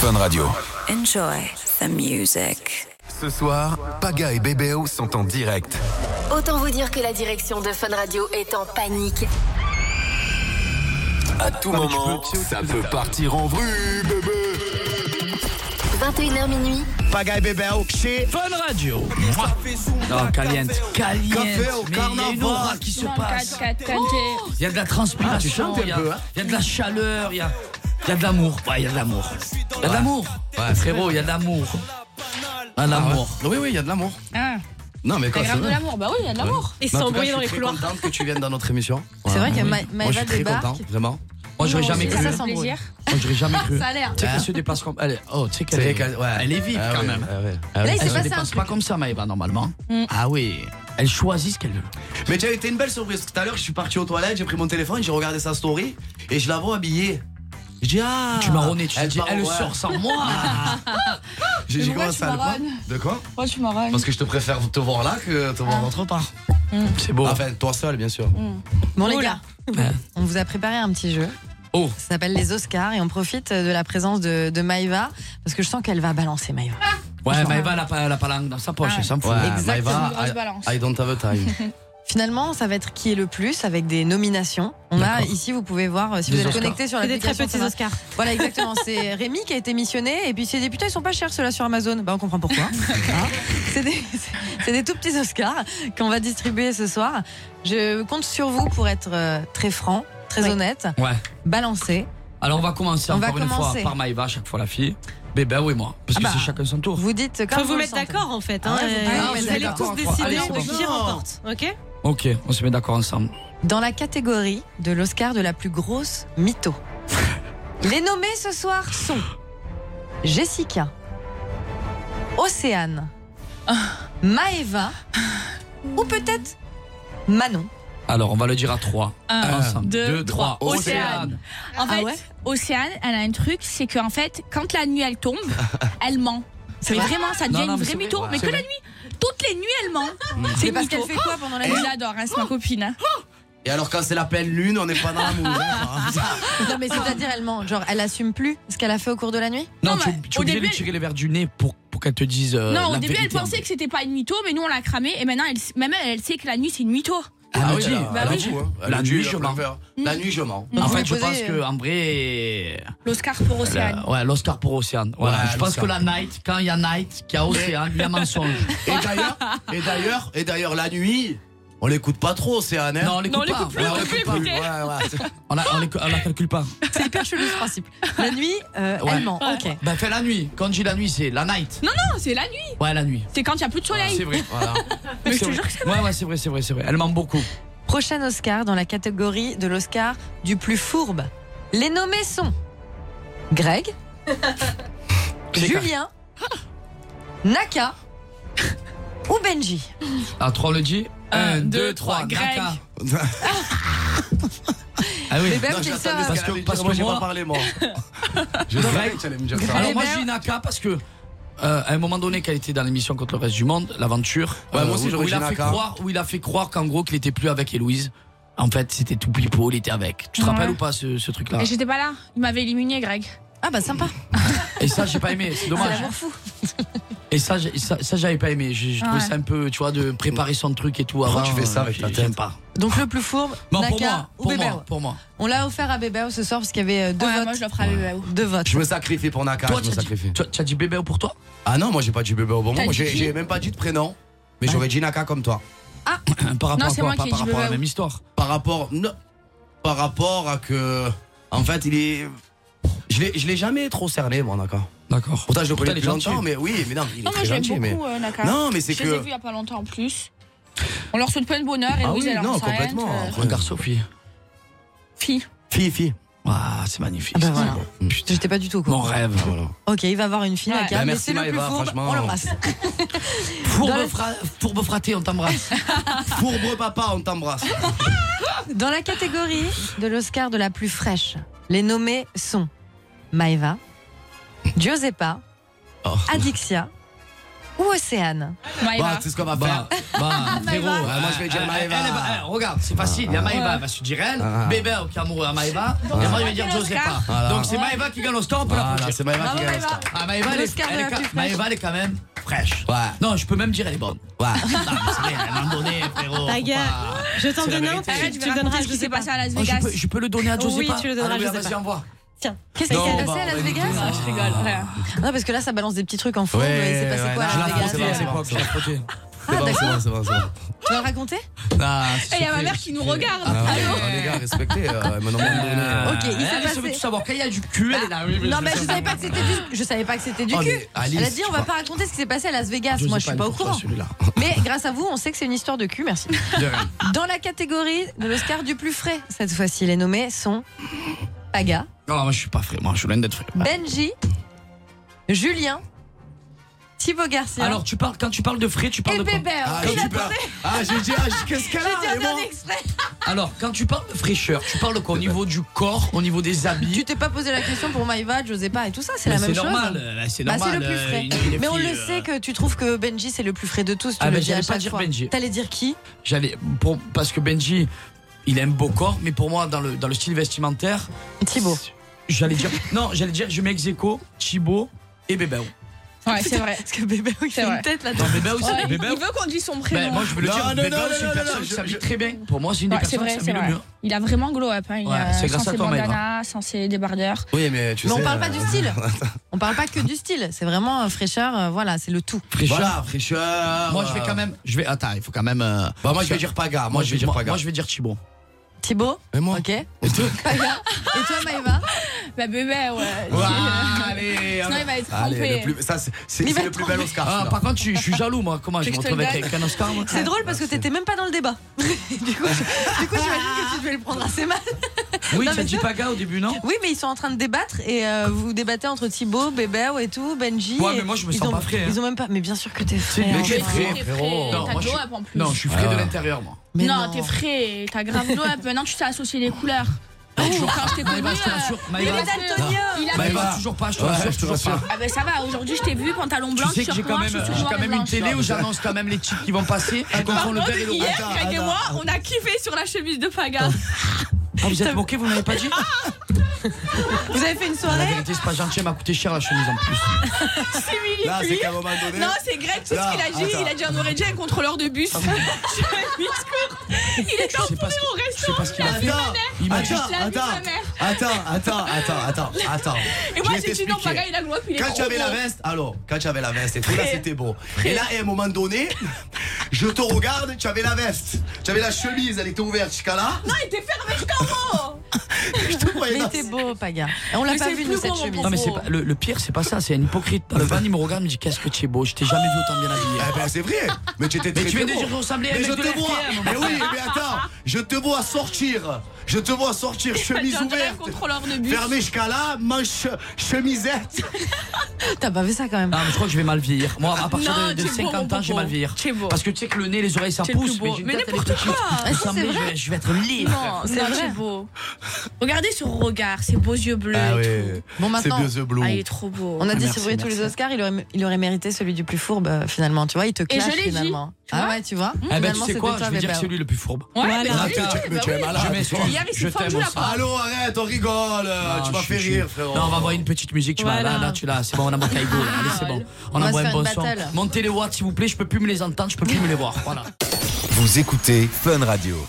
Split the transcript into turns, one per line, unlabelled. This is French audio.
Fun Radio.
Enjoy the music.
Ce soir, Paga et Bébéo sont en direct.
Autant vous dire que la direction de Fun Radio est en panique.
À tout moment, ça peut partir en vrille, bébé.
21h minuit,
Pagaille Bébéo chez
Fun Radio. Non, caliente. Caliente.
Café au
Mais Il y a une
carnaval.
aura qui se passe. Oh Ah,
4, 4, 4,
Il y a de la
tu
transpiration.
chantes un
Il y, a-
peu, hein
il y a de la chaleur. Il y a, il y a de l'amour. Ouais, il y a de l'amour. Il y a de l'amour. Ouais, frérot, il y a de l'amour. Un amour.
Oui, oui, il y a de l'amour.
Ah,
Non, mais
t'as
quoi,
grave de l'amour Bah oui, il y a de l'amour. Ils
Mais en
sont
tout cas,
embrouillés dans les
Je suis
couloirs.
très contente que tu viennes dans notre émission.
C'est
Voilà.
vrai qu'il y a Ma-
Moi, je
Maëva
suis très
débarque.
content, vraiment.
Moi, j'aurais jamais
Et
cru. Ah
ça,
Moi,
ça fait plaisir.
j'aurais jamais cru.
Ça a l'air.
Tu sais qu'elle se déplace comme. Elle est... Oh, tu sais
C'est
qu'elle
vrai
est.
qu'elle- ouais.
Elle est vive
Ah
quand
oui,
même.
ah ouais.
Là, il
Elle
s'est
se
passé un
déplace
truc.
pas comme ça, Maëva, normalement.
Ah oui.
Elle choisit ce qu'elle veut.
Mais tu as été une belle surprise. Tout à l'heure, je suis parti aux toilettes, j'ai pris mon téléphone, j'ai regardé sa story et je la vois habillée. Je dis ah.
Tu marronnais, tu te dis,
marronne,
elle
ouais.
sort sans moi.
J'ai j'ai
pourquoi
commencé
tu
à le prendre.
marronnes
De quoi
Moi,
Oh,
je suis morale.
Parce que je te préfère te voir là que te voir autre part.
C'est beau.
Enfin, toi seul, bien sûr.
Bon, les
Oula.
gars, on vous a préparé un petit jeu.
Oh.
Ça s'appelle les Oscars et on profite de la présence de, de Maëva parce que je sens qu'elle va balancer Maëva.
Ouais, Maëva, elle a pas- elle a pas la langue dans sa poche. Elle s'en fout.
Exactement.
Maëva, I- I don't have a time.
Finalement, ça va être qui est le plus avec des nominations. On a ici, vous pouvez voir euh, si
Des
vous êtes
Oscars.
connecté sur
C'est des très
l'application.
petits
Fun Radio.
Oscars.
Voilà, exactement. C'est Rémi qui a été missionné et puis il s'est dit putain, ils sont pas chers ceux-là sur Amazon. Bah, on comprend pourquoi. Hein c'est des, c'est des tout petits Oscars qu'on va distribuer ce soir. Je compte sur vous pour être euh, très franc, très
Oui.
honnête,
Ouais.
balancé.
Alors on va commencer
On
encore
va
une
commencer.
fois par Maïva, chaque fois la fille. Bébé oui moi. Parce que
Ah bah.
c'est chacun son tour.
Vous dites comme
Faut vous
le
mettre
sentez.
d'accord en fait.
Ah
hein,
ouais, faut
euh,
pas
et
vous
Vous
mettre
allez
d'accord.
tous
Allez,
décider de
c'est
qui remporte. Ok
Ok, on se met d'accord ensemble.
Dans la catégorie de l'Oscar de la plus grosse mytho, les nommés ce soir sont Jessica, Océane,
Ah.
Maeva ou peut-être Manon.
Alors on va le dire à trois.
Un,
ensemble.
deux, trois.
Océane.
En
Ah
fait,
ouais
Océane, elle a un truc, c'est qu'en fait, quand la nuit elle tombe, elle ment.
C'est
Mais
vrai
vraiment, ça
Non,
devient
non, mais
une
c'est
vraie
vrai.
mytho.
Ouais.
Mais
C'est
que la nuit, toutes les nuits elle ment. C'est
C'est
une
parce qu'elle
mytho.
fait quoi pendant la
Eh.
Je
nuit
l'adore, hein, c'est
Oh.
ma copine. hein.
Et alors quand c'est la pleine lune, on n'est pas dans hein, la mouvance.
Non mais c'est-à-dire elle ment, genre elle assume plus ce qu'elle a fait au cours de la nuit
Non,
Non,
tu,
mais
tu es
au
obligé de
début,
lui tirer les verres du nez pour, pour qu'elle te dise. euh,
non, au
la
début, elle
vérité, en
pensait
fait.
que c'était pas une mytho, mais nous on l'a cramée. Et maintenant, elle, même elle, elle sait que la nuit, c'est une mytho.
Elle
Ah
le
oui,
dit.
elle a-
Bah
elle a
oui.
dit, hein. Elle
La
a dit,
nuit,
elle
je Mm.
peut
mens.
le faire. La nuit, je mens.
En
Vous
fait, je
posez,
pense
euh,
qu'en vrai.
L'Oscar pour Océane.
euh, ouais, l'Oscar pour Océane. Voilà.
Ouais,
je pense
l'Oscar.
que la night, quand il y a night, qu'il y a Océane, il y a mensonge.
Et d'ailleurs, et d'ailleurs, et d'ailleurs, la nuit, on l'écoute pas trop, c'est un
Non, on l'écoute pas.
on
Ouais,
l'écoute pas. Ouais, ouais, c'est-
On la, on l'écoute- on la calcule pas.
C'est hyper chelou ce principe. La nuit, euh,
Ouais.
elle ment, ok.
Bah, fais la nuit. Quand je dis la nuit, c'est la night.
Non, non, c'est la nuit.
Ouais, la nuit.
C'est quand il y a plus de soleil.
Ah, C'est vrai.
voilà.
mais je
C'est
te
vrai.
jure que c'est
Ouais, ouais, c'est vrai, c'est vrai, c'est vrai. Elle ment beaucoup.
Prochain Oscar dans la catégorie de l'Oscar du plus fourbe. Les nommés sont Greg, Julien, Naka ou Benji.
À 3 on le dit.
Un,
1,
deux,
2, 3,
trois, Greg.
Greg. Ah oui.
Mais même
Non, j'attendais
qu'il soit-
ce
Parce
qu'elle
que-
allait
parce
dire,
que
moi, j'ai
moi-
pas parlé, moi. Je savais que tu allais me dire ça.
Alors moi j'ai Naka parce que euh, à un moment donné qu'elle était dans l'émission contre le reste du monde, l'aventure,
Ouais, moi aussi,
où,
j'aurais
où il a
dit
fait
Naka.
croire, où il a fait croire qu'en gros qu'il était plus avec Héloïse. En fait, c'était tout pipo, il était avec. Tu te
Ouais.
rappelles ou pas ce, ce truc-là
Et j'étais pas là. Il m'avait éliminé, Greg.
Ah bah sympa,
Et ça, j'ai pas aimé, c'est
c'est
dommage.
l'amour fou.
Et ça, j'ai- ça, ça, j'avais pas aimé. J'ai j'ai trouvé
Ouais.
ça un peu, tu vois, de préparer son truc et tout avant.
Pourquoi tu fais ça avec
j'ai-
ta tête Ah,
J'aime pas.
Donc le plus fourbe,
Non, pour
Naka
moi,
ou
pour
Bébéo.
moi, pour moi.
On l'a offert à Bébéo ce soir parce qu'il y avait euh, deux
Ouais, moi,
votes.
je l'offre à Bébéo.
Deux votes.
Je me sacrifie pour Naka,
Toi,
je me
t'as dit,
sacrifie.
toi, t'as dit Bébéo pour toi
Ah non, moi j'ai pas dit bébé au bon moment,
T'as
Moi, j'ai
dit-
j'ai même pas dit de prénom. Mais j'aurais dit Naka comme toi.
Par rapport
Non,
à
c'est
quoi
moi
Pas
qui ai
par
dit
rapport à la
Bébéo.
même histoire.
Par rapport. non, par rapport à que. En fait, il est. Je l'ai- je l'ai jamais trop cerné, moi, Naka.
D'accord.
Pourtant, je le connais
Pourtant, il est
depuis longtemps,
gentil.
mais oui, mais non, il est
Non,
très
mais je l'aime
gentil.
beaucoup,
mais...
euh, Naka.
Non, mais c'est
Je les ai vus
que.
il y a pas longtemps en plus. On leur souhaite plein de bonheur et
Ah
Louise,
oui,
elle en
non,
sera une,
complètement.
euh,
Regarde Sophie.
Fille.
hein.
Fille, fille.
Waouh, c'est magnifique.
Ah bah voilà.
Mm.
J'étais pas du tout au
Mon
courant.
rêve.
Ok, il va avoir une fille,
Ouais.
Naka,
Bah,
mais
merci,
c'est le plus
Maëva,
fourbe,
franchement.
on l'embrasse.
Fourbe,
Dans le-
fra- fourbe fraté, on t'embrasse.
Fourbre papa, on t'embrasse.
Eh
Dans la catégorie de l'Oscar de la plus fraîche, les nommés sont Maeva, Giuseppa,
Oh.
Adixia ou Océane
Maëva.
Bah, c'est ce qu'on va
Bah,
faire.
bah, frérot,
Maëva. Ah, moi, je vais dire
euh,
Maëva.
elle, elle va- elle, regarde, c'est facile. Il y a Maëva, elle va se dire elle. Bébé qui est amoureux à Maëva. Et moi, je vais dire
L'Oscar.
Josepa.
Ah. Voilà.
Donc, c'est Maëva qui gagne l'Oscar, on peut la
Voilà, c'est Maëva qui
Bravo,
gagne.
Maëva.
Ah, Maëva, elle est,
L'Oscar de
elle est
la
ca-
plus fraîche.
Maëva, elle est quand même fraîche.
Ouais.
Non, je peux même dire, elle est bonne. Ouais. Non, mais c'est vrai, à un moment donné, frérot.
Ta
faut
gueule.
pas-
Je t'en
C'est la
donne un,
vérité.
tu,
Arrête, je
tu
vais
donneras,
raconter ce
je
qui
sais
s'est
pas.
passé à Las
Oh, je,
Vegas.
peux, je peux le donner à
Oui,
Josepa
tu le donneras à
Allez,
Josepa.
Vas-y, envoie.
Tiens.
Qu'est-ce qui
Non,
s'est
bah,
passé à
on
Las
va
Vegas
Ah, je rigole. voilà.
Non, parce que là, ça balance des petits trucs en fond. mais c'est passé quoi à
non,
Las Vegas
c'est bon, c'est bon, c'est bon. C'est bon, c'est bon, c'est bon, c'est bon.
Tu vas le raconter
Ah,
Et il y a ma mère qui nous regarde.
Ah, ouais,
Allô
Les gars, respectez. euh, elle me demande de donner, euh,
Ok, il s'est
Elle,
passé-
Ça veut tout Eh, savoir. Quand il y a du cul, elle est là. oui,
Non, mais je
sais
savais pas que c'était du, je savais pas que c'était du
Oh,
cul.
mais Alice,
Elle a dit, on
tu
va
vois.
pas raconter ce qui s'est passé à Las Vegas. Moi, je suis
Josépa,
pas au
il porte
courant.
celui-là.
Mais grâce à vous, on sait que c'est une histoire de cul. Merci.
De rien.
Dans la catégorie de l'Oscar du plus frais, cette fois-ci, les nommés sont Paga,
Non, moi, je suis pas frais. Moi, je suis loin d'être frais.
Bah. Benji, Julien, Thibaut Garcia.
Bah, Alors, tu parles, quand tu parles de frais, tu parles
et
de quoi
Eh, Bébert,
Ah,
il
j'ai
a
eu peur. Ah, j'ai dit, ah, qu'est-ce qu'elle a et moi
un exprès.
Alors, quand tu parles de fraîcheur, tu parles de quoi Au niveau du corps, au niveau des habits
Tu t'es pas posé la question pour Maïva, Josépa et tout ça, c'est
Mais
la même chose.
normal, euh, c'est
Bah,
normal.
c'est le plus
euh,
frais.
une- une
Mais on
fille,
le
euh,
sait que tu trouves que Benji c'est le plus frais de tous. Tu
Ah,
le
mais
dis
j'allais
à
pas
chaque
dire
fois.
Benji.
T'allais dire qui
J'allais pour- parce que Benji, il a un beau corps, mais pour moi, dans le dans le style vestimentaire,
Thibaut.
j'allais dire non, j'allais dire je mets Execo, Thibaut et Bébéo.
Ouais, c'est vrai.
Parce que bébé, il fait
vrai.
une tête là.
Non, Bébéo,
Ouais,
c'est
il
Bébéo.
veut qu'on dise son
Ben,
prénom.
moi, je veux le
Non,
dire.
non,
Bébéo,
non,
c'est
non,
une
non,
personne
non,
qui
je-
s'habille
je-
très bien. Pour moi, c'est une
Ouais,
des
c'est
personnes
vrai,
qui
c'est
s'habille
vrai.
le mieux.
Il a vraiment glow up. hein. Il
Ouais,
a
c'est grâce
sans
à
ses
toi, Maëva.
bandanas, sans ses débardeurs.
Oui, mais tu
Mais
sais,
on parle pas du
euh,
style. On parle pas que du style. C'est vraiment euh, fraîcheur. euh, voilà, c'est le tout.
Fraîcheur.
Voilà, fraîcheur.
Moi, je vais quand même. Je vais. Attends, il faut quand même. euh,
Bah, moi, je vais dire Paga. Moi, je vais dire Paga.
Moi, je vais dire Thibaut.
Thibaut.
Et moi
Ok. Paga. Et toi, Maëva
Bah, bébé, ouais.
Ah, Allez,
Sinon, il va être
Allez,
trompé.
le plus- ça, c'est- c'est
Il va
c'est le
être
plus bel Oscar.
Ah,
celui-là.
par contre, je, je suis jaloux, moi. Comment je
Tu
me
veux que
retrouve
je te le
avec avec un Oscar moi
C'est drôle parce que t'étais même pas dans le débat. du coup, je- du coup, j'imagine que tu devais le prendre assez mal.
Oui,
Non,
tu as
mais
dit Paga au début, non
Oui, mais ils sont en train de débattre et euh, vous débattez entre Thibaut, Bébé et tout, Benji.
Ouais,
et
mais moi, je me
ils
sens
ont-
pas frais, hein.
Ils ont même pas. Mais bien sûr que t'es frais.
mais
hein.
j'ai-
T'es
frérot,
frais, t'es
frérot.
frais.
Non,
T'as
moi,
glow
je-
up en plus.
Non, je suis frais de
Ah.
l'intérieur, moi.
Mais
Non, t'es frais. T'as grave glow up. Maintenant, tu sais associer les couleurs. Ouh, Quand Oh, ah, je t'ai connu.
Maëva, je te rassure.
euh,
Maëva,
il avait le- il avait-
Maëva, toujours pas, je te
Ouais,
rassure,
je te
toujours
rassure.
pas.
Ah ben ça va, aujourd'hui je t'ai vu, pantalon
Tu
blanc,
sais que j'ai quand
t-shirt noir,
même,
chaussures
j'ai
noires
quand
et
même une
blanches.
télé où j'annonce quand même les titres qui vont passer. Je
Par
confonds le
contre,
vert et le rouge.
hier,
Attends,
Greg et
attends.
moi, on a kiffé sur la chemise de Paga.
Ah, vous êtes moqué, vous m'avez pas dit
Vous avez fait une
La
soirée
vérité, c'est pas gentil, elle m'a coûté cher la chemise en plus.
C'est Willy
Là, c'est
Flip.
qu'à un moment donné.
Non, c'est Greg, c'est
Là,
ce qu'il a dit.
attends.
Il a dit on aurait déjà un contrôleur de bus. Je mis court. Il était
Je sais
empourré
pas ce
au
qu'il- je sais
restaurant.
pas ce qu'il a
Je l'ai
fait.
vu, ma mère.
Il m'a
Je l'ai
Attends,
vu, ma mère.
attends, attends, attends, attends, attends.
Et
Je
moi,
vais
j'ai dit non,
t'expliquer.
Paga, il a glow up, il est
Quand
trop
tu avais la
beau.
veste, alors, quand tu avais la veste et tout, là c'était beau. Et là, à un moment donné, je te regarde, tu avais la veste, tu avais la chemise, elle était ouverte jusqu'à là.
Non, il était fermé jusqu'en haut.
Je te voyais
Mais
dans-
t'es beau, Paga. On l'a
Mais
pas
c'est le
vu, nous,
plus
cette
gros
chemise.
moment.
Non mais c'est pas, le, le pire c'est pas ça, c'est un hypocrite. Dans le van il me regarde, il me dit qu'est-ce que tu es beau, je t'ai jamais vu autant bien habillé.
Eh ben c'est vrai, mais tu étais
Mais
très,
tu viens de
très beau.
dire que je ressemblais à un
Mais
mec
je
de
te vois,
l'RTM.
mais oui, mais attends, je te vois sortir, je te vois sortir chemise
J'ai un
ouverte,
contrôleur de bus.
fermée jusqu'à là, manche, chemisette.
T'as pas vu ça quand même.
Non mais je crois que je vais mal vieillir. Moi à partir
Ah, Non,
de, de
tu es beau,
50
mon
ans je vais
popo.
mal vieillir.
Tu es beau.
Parce que tu sais que le nez, les oreilles ça
Tu es le plus
pousse.
beau.
j'ai une
Mais
tête, elle est
n'importe
petite.
quoi. Ah,
Je vais ressembler, je, vais, je vais être libre.
Non, Ah, c'est
vrai.
beau. Regardez ce regard, ses beaux yeux bleus. et tout.
Bon, maintenant,
vieux bleu.
Ah, il est trop beau.
on a dit
Merci,
si vous voyez tous les
merci.
Oscars, il aurait, il aurait mérité celui du plus fourbe euh, finalement. Tu vois, il te clash
je l'ai dit,
finalement.
tu
Ah
vois
ouais, tu vois.
Eh ben tu
Finalement,
sais
c'était
quoi,
toi,
je vais dire
Bébert.
que c'est lui le plus fourbe.
Ouais,
Voilà.
mais
Ah,
oui,
tiens,
oui,
mais
bah
tu es
oui.
malade.
Je m'excuse.
Hier, il s'est
Je
fendu
t'aime,
la
mon sang.
part.
Allô, arrête, on rigole,
Ah,
tu
je
m'as
suis
fait
chou.
rire, frérot.
Non, on va avoir une petite musique, tu m'as- là,
Voilà.
là, tu l'as, c'est bon, on a mon caillou, là, allez, c'est bon. On
On va
envoie
se
un
faire
bon
une
son.
battle.
Montez les watts, s'il vous plaît, je peux plus me les entendre, je peux plus me les voir. Voilà.
Vous écoutez Fun Radio.